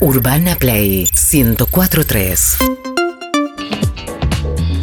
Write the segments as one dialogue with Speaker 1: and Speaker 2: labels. Speaker 1: Urbana Play 1043.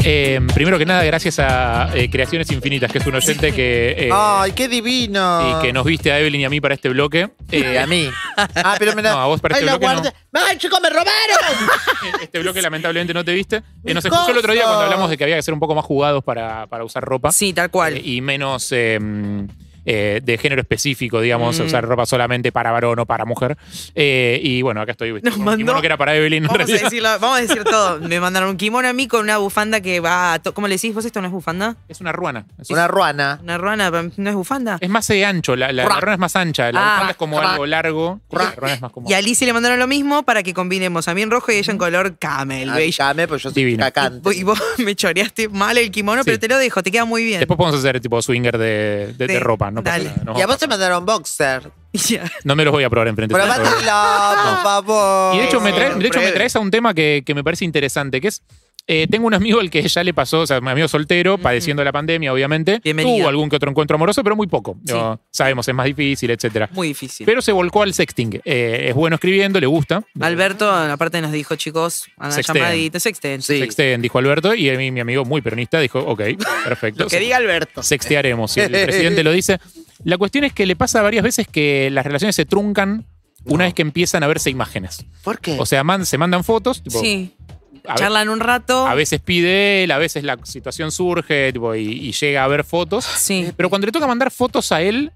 Speaker 2: Eh, primero que nada, gracias a eh, Creaciones Infinitas, que es un oyente que, eh,
Speaker 3: ¡Ay, qué divino!
Speaker 2: y que nos viste a Evelyn y a mí para este bloque. Eh,
Speaker 3: a mí. Ah, pero me la.
Speaker 2: No, a vos para
Speaker 3: ¡Ay,
Speaker 2: este
Speaker 3: la
Speaker 2: bloque no.
Speaker 3: guardé! ¡Ay, chicos, me robaron!
Speaker 2: este bloque lamentablemente no te viste. Eh, nos
Speaker 3: Mi
Speaker 2: escuchó el otro día
Speaker 3: cosa.
Speaker 2: cuando hablamos de que había que ser un poco más jugados para, para usar ropa
Speaker 4: Sí, tal cual.
Speaker 2: eh, y menos eh, mm, eh, de género específico, digamos,
Speaker 4: Mm.
Speaker 2: usar ropa solamente para varón o para mujer. Eh, y bueno, acá estoy. viste,
Speaker 4: Nos
Speaker 2: con un
Speaker 4: mandó-
Speaker 2: kimono que era para Evelyn. en
Speaker 4: Vamos a,
Speaker 2: realidad.
Speaker 4: decirlo, vamos a decir todo. Me mandaron un kimono a mí con una bufanda que va. a to- ¿Cómo le decís vos esto? ¿No es bufanda?
Speaker 2: Es una ruana. Es,
Speaker 3: Una ruana.
Speaker 4: Una ruana, pero no es bufanda.
Speaker 2: es más de ancho, la, la- la
Speaker 3: Ruac.
Speaker 2: ruana es más ancha, la
Speaker 4: Ah,
Speaker 2: bufanda es como
Speaker 3: ruac.
Speaker 2: algo largo, y la
Speaker 3: Ruac.
Speaker 2: ruana es más como...
Speaker 4: Y a Lizzie le mandaron lo mismo para que combinemos a mí en rojo y ella en color camel.
Speaker 3: Ah,
Speaker 4: beige.
Speaker 3: Llame, pues yo soy
Speaker 2: Divino.
Speaker 3: cacante.
Speaker 4: Y vos me choreaste mal el kimono,
Speaker 2: Sí.
Speaker 4: pero te lo dejo, te queda muy bien.
Speaker 2: Después podemos hacer tipo swinger de, de- de
Speaker 4: Sí,
Speaker 2: ropa, no pasa
Speaker 4: dale.
Speaker 2: nada, no
Speaker 3: Y a vos
Speaker 2: pasa
Speaker 3: te mandaron boxer.
Speaker 4: Ya.
Speaker 2: nada. No me los voy a probar enfrente.
Speaker 3: Pero
Speaker 2: tuyo.
Speaker 3: mándalo, por favor.
Speaker 2: Y de hecho, me traes, de hecho me
Speaker 4: breve.
Speaker 2: traes a un tema que, que me parece interesante, que es. eh, tengo un amigo al que ya le pasó, o sea, mi amigo soltero, padeciendo la pandemia, obviamente.
Speaker 4: Bienvenido.
Speaker 2: Tuvo algún que otro encuentro amoroso, pero muy poco.
Speaker 4: Sí.
Speaker 2: No, sabemos, es más difícil, etcétera.
Speaker 4: Muy difícil.
Speaker 2: Pero se volcó al sexting. Eh, es bueno escribiendo, le gusta.
Speaker 4: Alberto, aparte, nos dijo, chicos, a la
Speaker 2: Sexteen.
Speaker 4: llamadita, sexten.
Speaker 3: Sí.
Speaker 2: Sexten, dijo Alberto, y mi, mi amigo muy peronista dijo, ok, perfecto.
Speaker 3: Lo que diga Alberto.
Speaker 2: Sextearemos, si el presidente lo dice. La cuestión es que le pasa varias veces que las relaciones se truncan una vez que empiezan a verse imágenes.
Speaker 3: ¿Por qué?
Speaker 2: O sea, man- se mandan fotos, tipo,
Speaker 4: Sí.
Speaker 2: a-
Speaker 4: Charlan un rato.
Speaker 2: A veces pide él, a veces la situación surge tipo, y, y llega a ver fotos.
Speaker 4: Sí.
Speaker 2: Pero cuando le toca mandar fotos a él,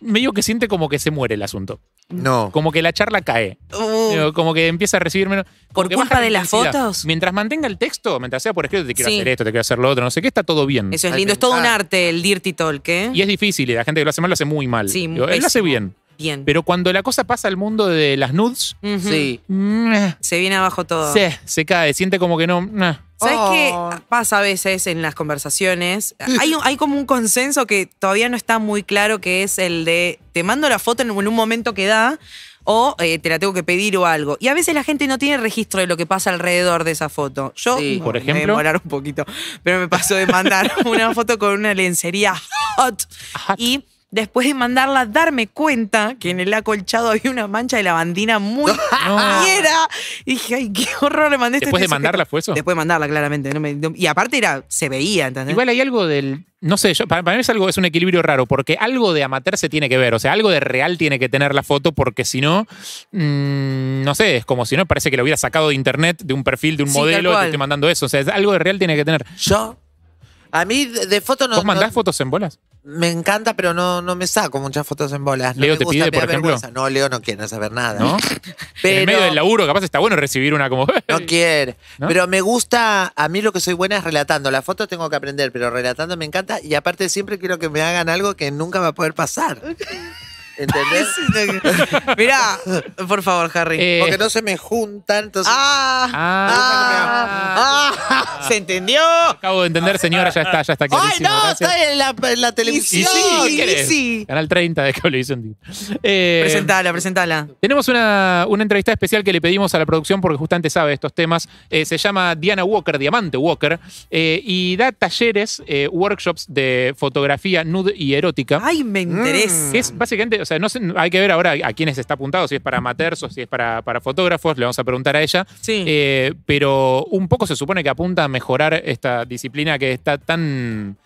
Speaker 2: medio que siente como que se muere el asunto.
Speaker 3: no.
Speaker 2: Como que la charla cae.
Speaker 4: Uh,
Speaker 2: Digo, Como que empieza a recibir menos. como que
Speaker 4: culpa
Speaker 2: baja la
Speaker 4: de las
Speaker 2: intensidad.
Speaker 4: fotos?
Speaker 2: Mientras mantenga el texto, mientras sea por escrito, te quiero
Speaker 4: Sí.
Speaker 2: hacer esto, te quiero hacer lo otro, no sé qué, está todo bien.
Speaker 4: eso es
Speaker 3: Al
Speaker 4: lindo. Es todo un
Speaker 3: pensar.
Speaker 4: arte el dirty talk, ¿eh?
Speaker 2: Mm. Y es difícil, y la gente que lo hace mal lo hace muy mal.
Speaker 4: Sí,
Speaker 2: Digo, él lo hace
Speaker 4: pésimo.
Speaker 2: bien.
Speaker 4: Bien.
Speaker 2: Pero cuando la cosa pasa al mundo de las nudes,
Speaker 4: Ujú.
Speaker 3: Sí.
Speaker 2: mm,
Speaker 4: Se viene abajo todo.
Speaker 2: se, se cae, siente como que no. mm, eh. nah.
Speaker 4: ¿Sabes
Speaker 3: Oh.
Speaker 4: qué pasa a veces en las conversaciones?
Speaker 2: Mm.
Speaker 4: Hay, un- hay como un consenso que todavía no está muy claro, que es el de te mando la foto en un en un momento que da o eh, te la tengo que pedir o algo. Y a veces la gente no tiene registro de lo que pasa alrededor de esa foto. Yo,
Speaker 3: Sí.
Speaker 4: bueno,
Speaker 2: Por
Speaker 4: me voy a
Speaker 2: ejemplo.
Speaker 4: demorar un poquito, pero me pasó de mandar una foto con una lencería hot
Speaker 2: Ajá.
Speaker 4: y... Después de mandarla, darme cuenta que en el acolchado había una mancha de lavandina muy
Speaker 2: No.
Speaker 4: fiera. Y dije, ay, qué horror, le mandé esto a
Speaker 2: Después
Speaker 4: este
Speaker 2: de mandarla
Speaker 4: sujeto".
Speaker 2: fue eso.
Speaker 4: Después de mandarla, claramente. no me- no- y aparte era, se veía, ¿entendés?
Speaker 2: Igual hay algo del. No sé, yo- para, para mí es algo, es un equilibrio raro, porque algo de amateur se tiene que ver, o sea, algo de real tiene que tener la foto, porque si no, mm, no sé, es como si no, parece que lo hubiera sacado de internet, de un perfil, de un
Speaker 4: Sí, tal
Speaker 2: modelo, y
Speaker 4: cual.
Speaker 2: te estoy mandando eso. O sea, es- algo de real tiene que tener.
Speaker 3: Yo. A mí de, de fotos no.
Speaker 2: ¿Vos mandás
Speaker 3: no-
Speaker 2: fotos en bolas?
Speaker 3: Me encanta, pero no, no me saco muchas fotos en bolas. No
Speaker 2: Leo
Speaker 3: me
Speaker 2: te pide,
Speaker 3: gusta, me da
Speaker 2: por ejemplo.
Speaker 3: vergüenza. No, Leo no quiere saber nada.
Speaker 2: ¿No? En el
Speaker 3: Pero-
Speaker 2: medio del laburo, capaz está bueno recibir una como.
Speaker 3: No quiere.
Speaker 2: ¿No?
Speaker 3: Pero me gusta, a mí lo que soy buena es relatando. La foto tengo que aprender, pero relatando me encanta. Y aparte siempre quiero que me hagan algo que nunca va a poder pasar. ¿Entendés?
Speaker 4: Mirá, por favor, Harry.
Speaker 2: Eh,
Speaker 3: Porque no se me juntan, entonces...
Speaker 4: ah,
Speaker 2: Ah.
Speaker 4: ah, se entendió.
Speaker 2: Acabo de entender, señora, ya está, ya está
Speaker 3: ¡Ay,
Speaker 2: clarísimo.
Speaker 3: no!
Speaker 2: gracias.
Speaker 3: Está en la, en la
Speaker 2: Y
Speaker 3: televisión.
Speaker 2: sí, ¿qué
Speaker 4: y
Speaker 2: querés?
Speaker 4: sí.
Speaker 2: Canal 30 de Cablevisión. Eh,
Speaker 4: presentala, presentala.
Speaker 2: Tenemos una, una entrevista especial que le pedimos a la producción porque justamente sabe estos temas. Eh, se llama Diana Walker, Diamante Walker, eh, y da talleres, eh, workshops de fotografía nude y erótica.
Speaker 4: Ay, me interesa.
Speaker 2: Que es básicamente, o sea, no sé, hay que ver ahora a quiénes está apuntado, si es para amateurs o si es para, para fotógrafos, le vamos a preguntar a ella.
Speaker 4: Sí.
Speaker 2: Eh, pero un poco se supone que apunta a mejorar esta disciplina que está tan,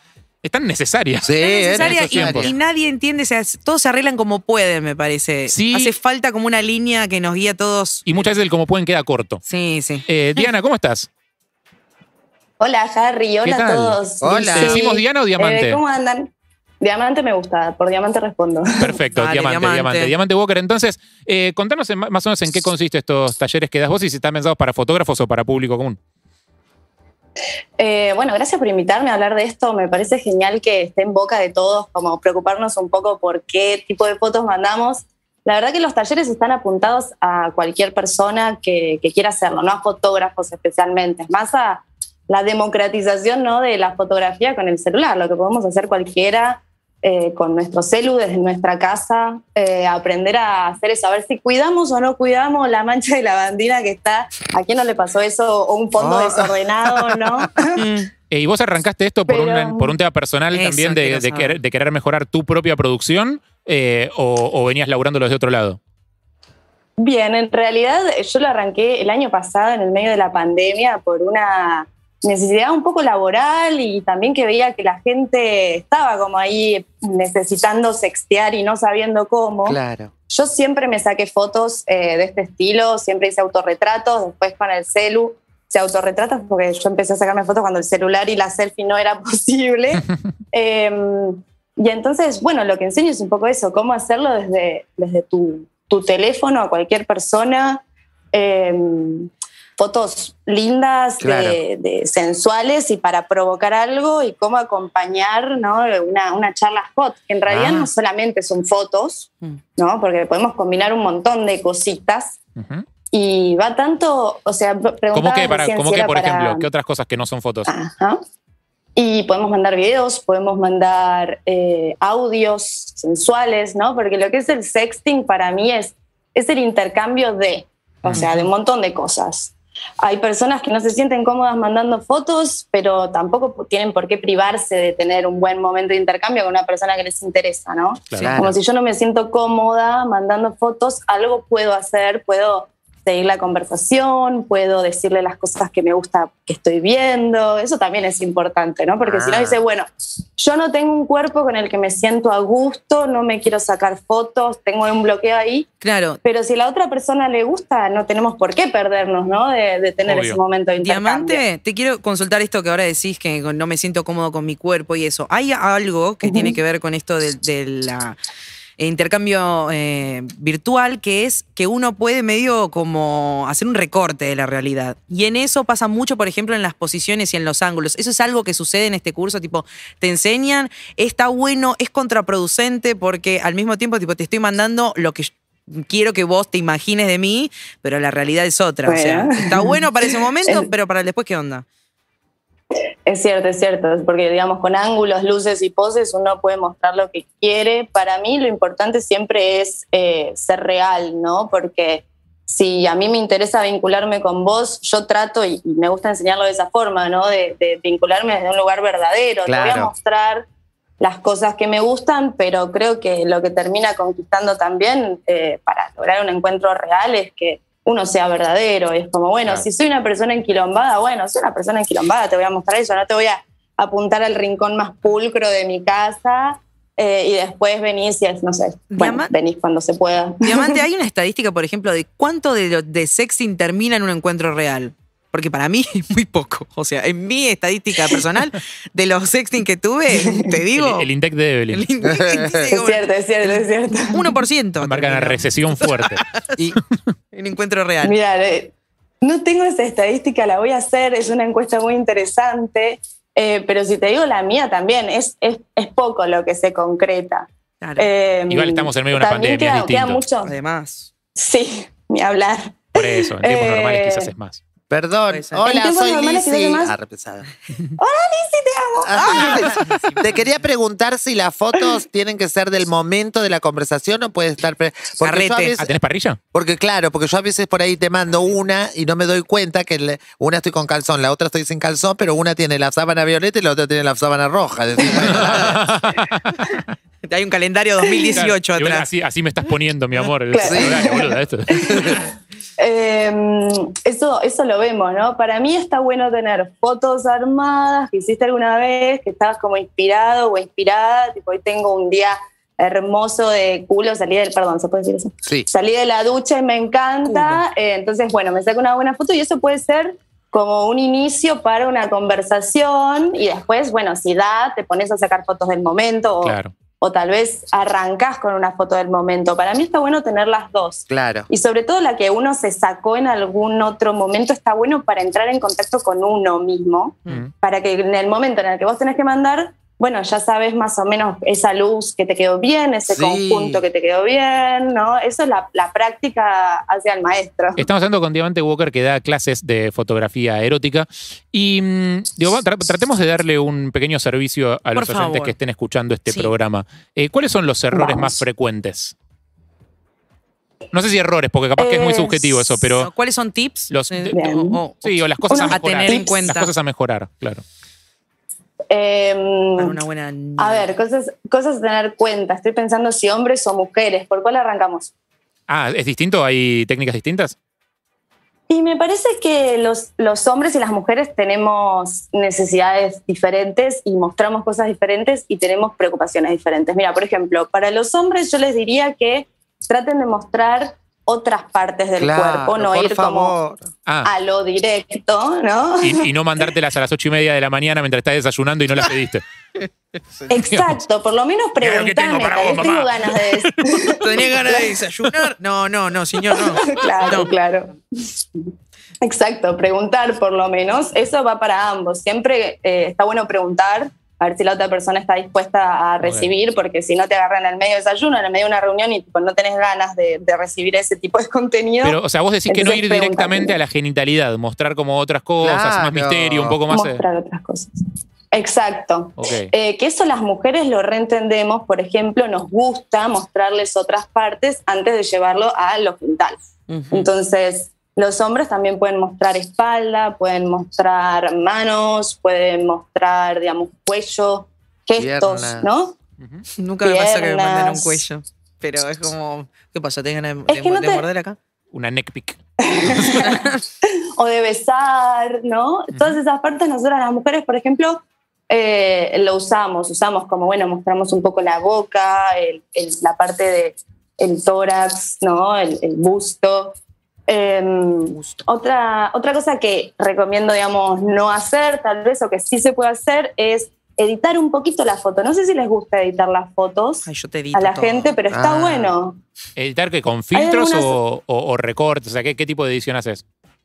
Speaker 2: es tan necesaria.
Speaker 3: Sí,
Speaker 4: Es
Speaker 3: es
Speaker 4: necesaria
Speaker 2: estos tiempos.
Speaker 4: y, y nadie entiende, o sea, todos se arreglan como pueden, me parece.
Speaker 2: Sí.
Speaker 4: Hace falta como una línea que nos guía a todos.
Speaker 2: Y muchas veces el como pueden queda corto.
Speaker 4: Sí, sí.
Speaker 2: Eh, Diana, ¿cómo estás?
Speaker 5: Hola Harry, hola
Speaker 2: tal?
Speaker 5: a todos.
Speaker 3: Hola.
Speaker 2: ¿Te decimos Diana o Diamante?
Speaker 5: Eh, ¿Cómo andan? Diamante me gusta, por diamante respondo.
Speaker 2: Perfecto,
Speaker 4: Dale,
Speaker 2: diamante, diamante,
Speaker 4: diamante.
Speaker 2: diamante, Walker. Entonces, eh, contanos en- más o menos en qué consiste estos talleres que das vos y si están pensados para fotógrafos o para público común.
Speaker 5: Eh, bueno, gracias por invitarme a hablar de esto. Me parece genial que esté en boca de todos, como preocuparnos un poco por qué tipo de fotos mandamos. La verdad que los talleres están apuntados a cualquier persona que, que quiera hacerlo, no a fotógrafos especialmente, es más a la democratización ¿no? de la fotografía con el celular, lo que podemos hacer cualquiera eh, con nuestro celu desde nuestra casa, eh, aprender a hacer eso, a ver si cuidamos o no cuidamos la mancha de lavandina que está, ¿a quién no le pasó eso? O un fondo
Speaker 3: Oh.
Speaker 5: desordenado, ¿no?
Speaker 2: Eh, y vos arrancaste esto por,
Speaker 5: Pero-
Speaker 2: un, por un tema personal
Speaker 4: Eso
Speaker 2: también de,
Speaker 4: quiero
Speaker 2: de
Speaker 4: saber.
Speaker 2: querer, de querer mejorar tu propia producción eh, o, o venías laburándolo desde otro lado.
Speaker 5: Bien, en realidad yo lo arranqué el año pasado en el medio de la pandemia por una necesidad un poco laboral y también que veía que la gente estaba como ahí necesitando sextear y no sabiendo cómo.
Speaker 3: Claro.
Speaker 5: Yo siempre me saqué fotos eh, de este estilo, siempre hice autorretratos, después con el celu se autorretratos porque yo empecé a sacarme fotos cuando el celular y la selfie no era posible. Eh, y entonces, bueno, lo que enseño es un poco eso, cómo hacerlo desde, desde tu, tu teléfono a cualquier persona. eh, fotos lindas, de-
Speaker 3: Claro.
Speaker 5: de, sensuales y para provocar algo y cómo acompañar ¿no? una, una charla hot, que en realidad
Speaker 3: Ah.
Speaker 5: no solamente son fotos,
Speaker 4: Mm.
Speaker 5: ¿no? porque podemos combinar un montón de cositas
Speaker 2: Ujú.
Speaker 5: y va tanto, o sea, preguntar...
Speaker 2: ¿Cómo que, para, ¿cómo que por ejemplo? ¿Qué otras cosas que no son
Speaker 5: Ah,
Speaker 2: fotos?
Speaker 5: Ajá. Y podemos mandar videos, podemos mandar eh, audios sensuales, ¿no? Porque lo que es el sexting para mí es, es el intercambio de, o sea, de un montón de cosas. Hay personas que no se sienten cómodas mandando fotos, pero tampoco tienen por qué privarse de tener un buen momento de intercambio con una persona que les interesa, ¿no?
Speaker 2: Claro.
Speaker 3: Claro.
Speaker 5: Como si yo no me siento cómoda mandando fotos, algo puedo hacer, puedo seguir la conversación, puedo decirle las cosas que me gusta que estoy viendo, eso también es importante, ¿no? Porque si no
Speaker 3: Ah.
Speaker 5: dice, bueno, yo no tengo un cuerpo con el que me siento a gusto, no me quiero sacar fotos, tengo un bloqueo ahí,
Speaker 4: Claro,
Speaker 5: pero si a la otra persona le gusta, no tenemos por qué perdernos, ¿no? De, de tener
Speaker 2: Obvio.
Speaker 5: ese momento de intercambio.
Speaker 4: Diamante, te quiero consultar esto que ahora decís que no me siento cómodo con mi cuerpo y eso. ¿Hay algo que
Speaker 5: Ujú.
Speaker 4: tiene que ver con esto del del, ah, intercambio eh, virtual que es que uno puede medio como hacer un recorte de la realidad? Y en eso pasa mucho, por ejemplo, en las posiciones y en los ángulos. Eso es algo que sucede en este curso, tipo, te enseñan, está bueno, es contraproducente porque al mismo tiempo, tipo, te estoy mandando lo que yo quiero que vos te imagines de mí, pero la realidad es otra. O sea,
Speaker 5: Bueno.
Speaker 4: está bueno para ese momento,
Speaker 5: Es-
Speaker 4: pero para el después, ¿qué onda?
Speaker 5: Es cierto, es cierto, porque digamos con ángulos, luces y poses uno puede mostrar lo que quiere. Para mí lo importante siempre es eh, ser real, ¿no? Porque si a mí me interesa vincularme con vos, yo trato y, y me gusta enseñarlo de esa forma, ¿no? De, de vincularme desde un lugar verdadero. Te voy
Speaker 3: Claro.
Speaker 5: a mostrar las cosas que me gustan, pero creo que lo que termina conquistando también eh, para lograr un encuentro real es que uno sea verdadero. Es como, bueno,
Speaker 2: Claro.
Speaker 5: si soy una persona enquilombada, bueno, soy una persona enquilombada, te voy a mostrar eso, no te voy a apuntar al rincón más pulcro de mi casa eh, y después venís y, es, no sé, bueno,
Speaker 4: Diamant-
Speaker 5: venís cuando se pueda.
Speaker 4: Diamante, hay una estadística, por ejemplo, de cuánto de, lo- de sexting termina en un encuentro real. Porque para mí es muy poco. O sea, en mi estadística personal, de los sexting que tuve, te digo.
Speaker 2: El, el INDEC de Evelyn.
Speaker 4: el índice
Speaker 5: Es
Speaker 4: digo,
Speaker 5: cierto, es cierto, es cierto.
Speaker 4: 1%
Speaker 2: Marca una
Speaker 4: termina
Speaker 2: recesión fuerte.
Speaker 3: Y,
Speaker 4: en un encuentro real.
Speaker 5: Mira, eh, no tengo esa estadística, la voy a hacer, es una encuesta muy interesante, eh, pero si te digo la mía también, es, es, es poco lo que se concreta.
Speaker 4: Claro.
Speaker 5: Eh,
Speaker 2: Igual estamos en medio de una
Speaker 5: también
Speaker 2: pandemia, es
Speaker 5: queda- queda
Speaker 2: distinto.
Speaker 5: mucho-
Speaker 4: Además.
Speaker 5: sí, ni hablar.
Speaker 2: Por eso, en tiempos
Speaker 5: Eh,
Speaker 2: normales quizás es más.
Speaker 3: perdón.
Speaker 4: Puede ser.
Speaker 5: ¿En
Speaker 3: Hola,
Speaker 5: tiempos
Speaker 3: soy
Speaker 5: normales quizás
Speaker 3: Lizzy.
Speaker 5: más?
Speaker 3: Ah, repesada.
Speaker 5: Sí, te amo.
Speaker 3: Ah, te quería preguntar si las fotos tienen que ser del momento de la conversación o puede estar. pre- Porque, yo a
Speaker 4: Carrete.
Speaker 2: Ah,
Speaker 3: veces-
Speaker 2: ¿tenés parrilla?
Speaker 3: porque claro, porque yo a veces por ahí te mando una y no me doy cuenta que le- una estoy con calzón, la otra estoy sin calzón, pero una tiene la sábana violeta y la otra tiene la sábana roja. Decís, bueno,
Speaker 4: Hay un calendario 2018
Speaker 2: Claro, y bueno,
Speaker 4: atrás.
Speaker 2: Así, así me estás poniendo, mi amor. el
Speaker 5: Claro.
Speaker 2: horario, boluda, esto.
Speaker 5: Eh, eso, eso lo vemos, ¿no? Para mí está bueno tener fotos armadas que hiciste alguna vez, que estabas como inspirado o inspirada, tipo hoy tengo un día hermoso de culo, salí del, perdón, ¿se puede decir eso?
Speaker 3: sí.
Speaker 5: Salí de la ducha y me encanta, eh, entonces bueno, me saco una buena foto y eso puede ser como un inicio para una conversación y después, bueno, si da, te pones a sacar fotos del momento o,
Speaker 2: Claro.
Speaker 5: o tal vez arrancás con una foto del momento. Para mí está bueno tener las dos.
Speaker 3: Claro.
Speaker 5: Y sobre todo la que uno se sacó en algún otro momento está bueno para entrar en contacto con uno mismo,
Speaker 2: Mm.
Speaker 5: para que en el momento en el que vos tenés que mandar, bueno, ya sabes más o menos esa luz que te quedó bien, ese
Speaker 3: Sí.
Speaker 5: conjunto que te quedó bien, ¿no? Eso es la, la práctica hacia el maestro.
Speaker 2: Estamos hablando con Diamante Walker que da clases de fotografía erótica y mm, digo, va, tra- tratemos de darle un pequeño servicio a los
Speaker 4: Por
Speaker 2: oyentes
Speaker 4: favor.
Speaker 2: que estén escuchando este
Speaker 4: Sí.
Speaker 2: programa. Eh, ¿Cuáles son los errores
Speaker 5: Vamos.
Speaker 2: más frecuentes? No sé si errores, porque capaz que es muy
Speaker 5: Eh,
Speaker 2: subjetivo eso, pero
Speaker 4: ¿Cuáles son tips?
Speaker 2: Los-
Speaker 4: Eh,
Speaker 5: Bien.
Speaker 4: o- o-
Speaker 2: sí, o las cosas a,
Speaker 5: unos
Speaker 2: mejorar.
Speaker 4: tips.
Speaker 2: Las cosas a mejorar, claro.
Speaker 5: Eh,
Speaker 4: para una buena.
Speaker 5: a ver, cosas, cosas a tener cuenta. Estoy pensando si hombres o mujeres, ¿por cuál arrancamos?
Speaker 2: Ah, ¿es distinto? ¿Hay técnicas distintas?
Speaker 5: Y me parece que los, los hombres y las mujeres tenemos necesidades diferentes y mostramos cosas diferentes y tenemos preocupaciones diferentes. Mira, por ejemplo, para los hombres yo les diría que traten de mostrar otras partes del
Speaker 3: Claro,
Speaker 5: cuerpo, no
Speaker 3: por
Speaker 5: ir
Speaker 3: favor.
Speaker 5: como
Speaker 2: Ah,
Speaker 5: a lo directo, ¿no?
Speaker 2: y, y no mandártelas a las ocho y media de la mañana mientras estás desayunando y no las pediste.
Speaker 5: Exacto, por lo menos
Speaker 2: Mira lo que tengo
Speaker 5: preguntame,
Speaker 2: para vos,
Speaker 5: tal vez tengo
Speaker 2: mamá.
Speaker 5: ganas de...
Speaker 4: ¿Tenés ganas de desayunar? No, no, no, señor, no.
Speaker 5: claro,
Speaker 4: No.
Speaker 5: claro. Exacto, preguntar por lo menos. Eso va para ambos. Siempre eh, está bueno preguntar, a ver si la otra persona está dispuesta a recibir, porque si no te agarran en el medio de desayuno, en el medio de una reunión y tipo, no tenés ganas de, de recibir ese tipo de contenido.
Speaker 2: Pero, o sea, vos decís que no
Speaker 5: Entonces,
Speaker 2: ir
Speaker 5: pregunta,
Speaker 2: directamente
Speaker 5: ¿no?
Speaker 2: a la genitalidad, mostrar como otras cosas, más
Speaker 3: Claro.
Speaker 2: misterio, un poco más. eh,
Speaker 5: mostrar otras cosas. Exacto.
Speaker 2: Ok.
Speaker 5: Eh, que eso las mujeres lo reentendemos, por ejemplo, nos gusta mostrarles otras partes antes de llevarlo a los quintales. Entonces, los hombres también pueden mostrar espalda, pueden mostrar manos, pueden mostrar, digamos, cuello, gestos,
Speaker 3: Piernas.
Speaker 5: ¿no?
Speaker 2: Ujú.
Speaker 4: Nunca me pasa que me mandan un
Speaker 5: Piernas.
Speaker 4: cuello. Pero es como, ¿qué pasa? ¿Tenés ganas de,
Speaker 5: Es que no
Speaker 4: de
Speaker 5: te-
Speaker 4: morder acá?
Speaker 2: Una neck pic.
Speaker 5: o de besar, ¿no? Todas esas partes nosotras las mujeres, por ejemplo, eh, lo usamos, usamos como, bueno, mostramos un poco la boca, el- el- la parte de el tórax, ¿no? El, el busto. Em, otra, otra cosa que recomiendo, digamos, no hacer, tal vez, o que sí se puede hacer, es editar un poquito la foto. No sé si les gusta editar las fotos
Speaker 4: Ay, yo te edito
Speaker 5: a la
Speaker 4: todo.
Speaker 5: gente, pero está
Speaker 3: Ah.
Speaker 5: bueno.
Speaker 2: ¿Editar que con filtros
Speaker 5: algunas-
Speaker 2: o, o- o recortes? O sea, ¿qué, qué tipo de edición haces?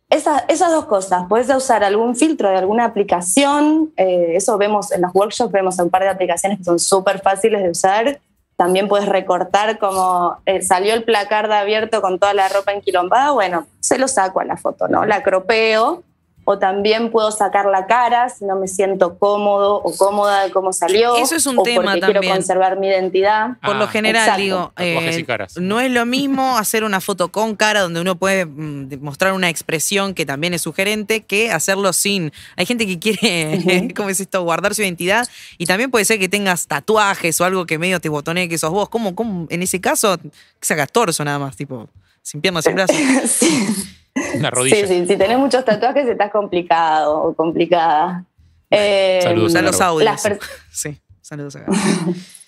Speaker 5: Esas, esas dos cosas, puedes usar algún filtro de alguna aplicación, eh, eso vemos en los workshops, vemos un par de aplicaciones que son súper fáciles de usar, también puedes recortar como eh, salió el placard abierto con toda la ropa enquilombada, bueno, se lo saco a la foto, ¿no? La cropeo o también puedo sacar la cara si no me siento cómodo o cómoda de cómo salió
Speaker 4: Eso es un
Speaker 5: o
Speaker 4: tema
Speaker 5: porque
Speaker 4: también.
Speaker 5: quiero conservar mi identidad.
Speaker 4: Por
Speaker 2: Ah,
Speaker 4: lo general,
Speaker 5: exacto.
Speaker 4: digo,
Speaker 2: Tatuajes
Speaker 4: eh,
Speaker 2: y caras.
Speaker 4: no es lo mismo hacer una foto con cara donde uno puede mm, de- mostrar una expresión que también es sugerente que hacerlo sin. Hay gente que quiere,
Speaker 5: Ujú.
Speaker 4: ¿cómo es esto?, guardar su identidad y también puede ser que tengas tatuajes o algo que medio te botonee que sos vos. ¿Cómo, cómo en ese caso, que sacas torso nada más, tipo, sin piernas, sin brazos?
Speaker 5: Sí.
Speaker 2: Una rodilla.
Speaker 5: Sí, sí, si tenés muchos tatuajes estás complicado o complicada. Eh,
Speaker 2: saludos
Speaker 4: Usar
Speaker 2: Claro.
Speaker 4: los audios.
Speaker 5: Las per-
Speaker 4: sí, saludos acá.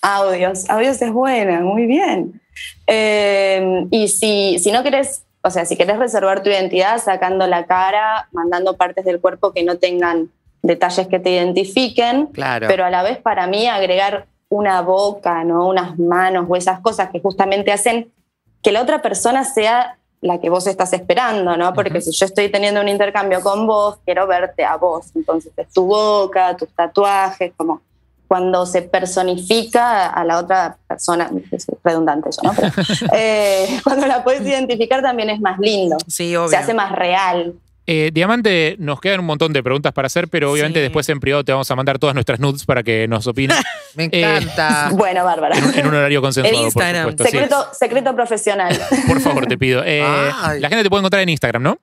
Speaker 5: audios, audios es buena, muy bien. Eh, y si, si no querés, o sea, si querés reservar tu identidad sacando la cara, mandando partes del cuerpo que no tengan detalles que te identifiquen,
Speaker 3: Claro.
Speaker 5: pero a la vez para mí agregar una boca, ¿no? unas manos o esas cosas que justamente hacen que la otra persona sea la que vos estás esperando, ¿no? Porque si yo estoy teniendo un intercambio con vos, quiero verte a vos. Entonces es tu boca, tus tatuajes, como cuando se personifica a la otra persona, es redundante eso, ¿no? Pero, eh, cuando la puedes identificar también es más lindo,
Speaker 4: Sí, obvio.
Speaker 5: se hace más real.
Speaker 2: Eh, Diamante, nos quedan un montón de preguntas para hacer, pero obviamente
Speaker 4: Sí.
Speaker 2: después en privado te vamos a mandar todas nuestras nudes para que nos opines
Speaker 3: Me encanta.
Speaker 5: Bueno, Bárbara.
Speaker 2: Ah. en, un- en un horario consensuado,
Speaker 4: En Instagram.
Speaker 2: por supuesto. sí.
Speaker 5: Secreto, secreto profesional.
Speaker 2: Por favor, te pido. Eh,
Speaker 3: Ay.
Speaker 2: la gente te puede encontrar en Instagram, ¿no?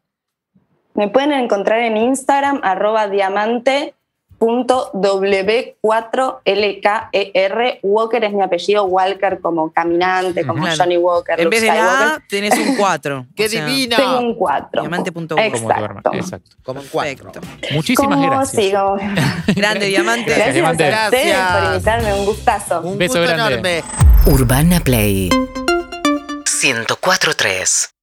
Speaker 5: Me pueden encontrar en Instagram, arroba diamante.w4lker. E Walker es mi apellido, Walker como caminante, como
Speaker 4: Claro.
Speaker 5: Johnny Walker.
Speaker 4: en
Speaker 5: Luke
Speaker 4: vez de la
Speaker 5: Skywalker.
Speaker 4: A, tenés un 4.
Speaker 3: ¡Qué divino!
Speaker 5: Tengo un 4.
Speaker 4: Diamante.u.
Speaker 2: Como tu arma.
Speaker 5: Exacto.
Speaker 2: Exacto.
Speaker 3: Como en cuatro.
Speaker 4: Perfecto.
Speaker 2: Muchísimas
Speaker 5: Como-
Speaker 2: gracias.
Speaker 5: sí, como- gracias,
Speaker 4: Grande diamante.
Speaker 2: Gracias, Diamante.
Speaker 5: a ustedes por
Speaker 3: Gracias.
Speaker 5: invitarme, un gustazo.
Speaker 3: Un
Speaker 2: Beso
Speaker 3: gusto
Speaker 2: grande.
Speaker 3: enorme.
Speaker 1: Urbana Play 104.3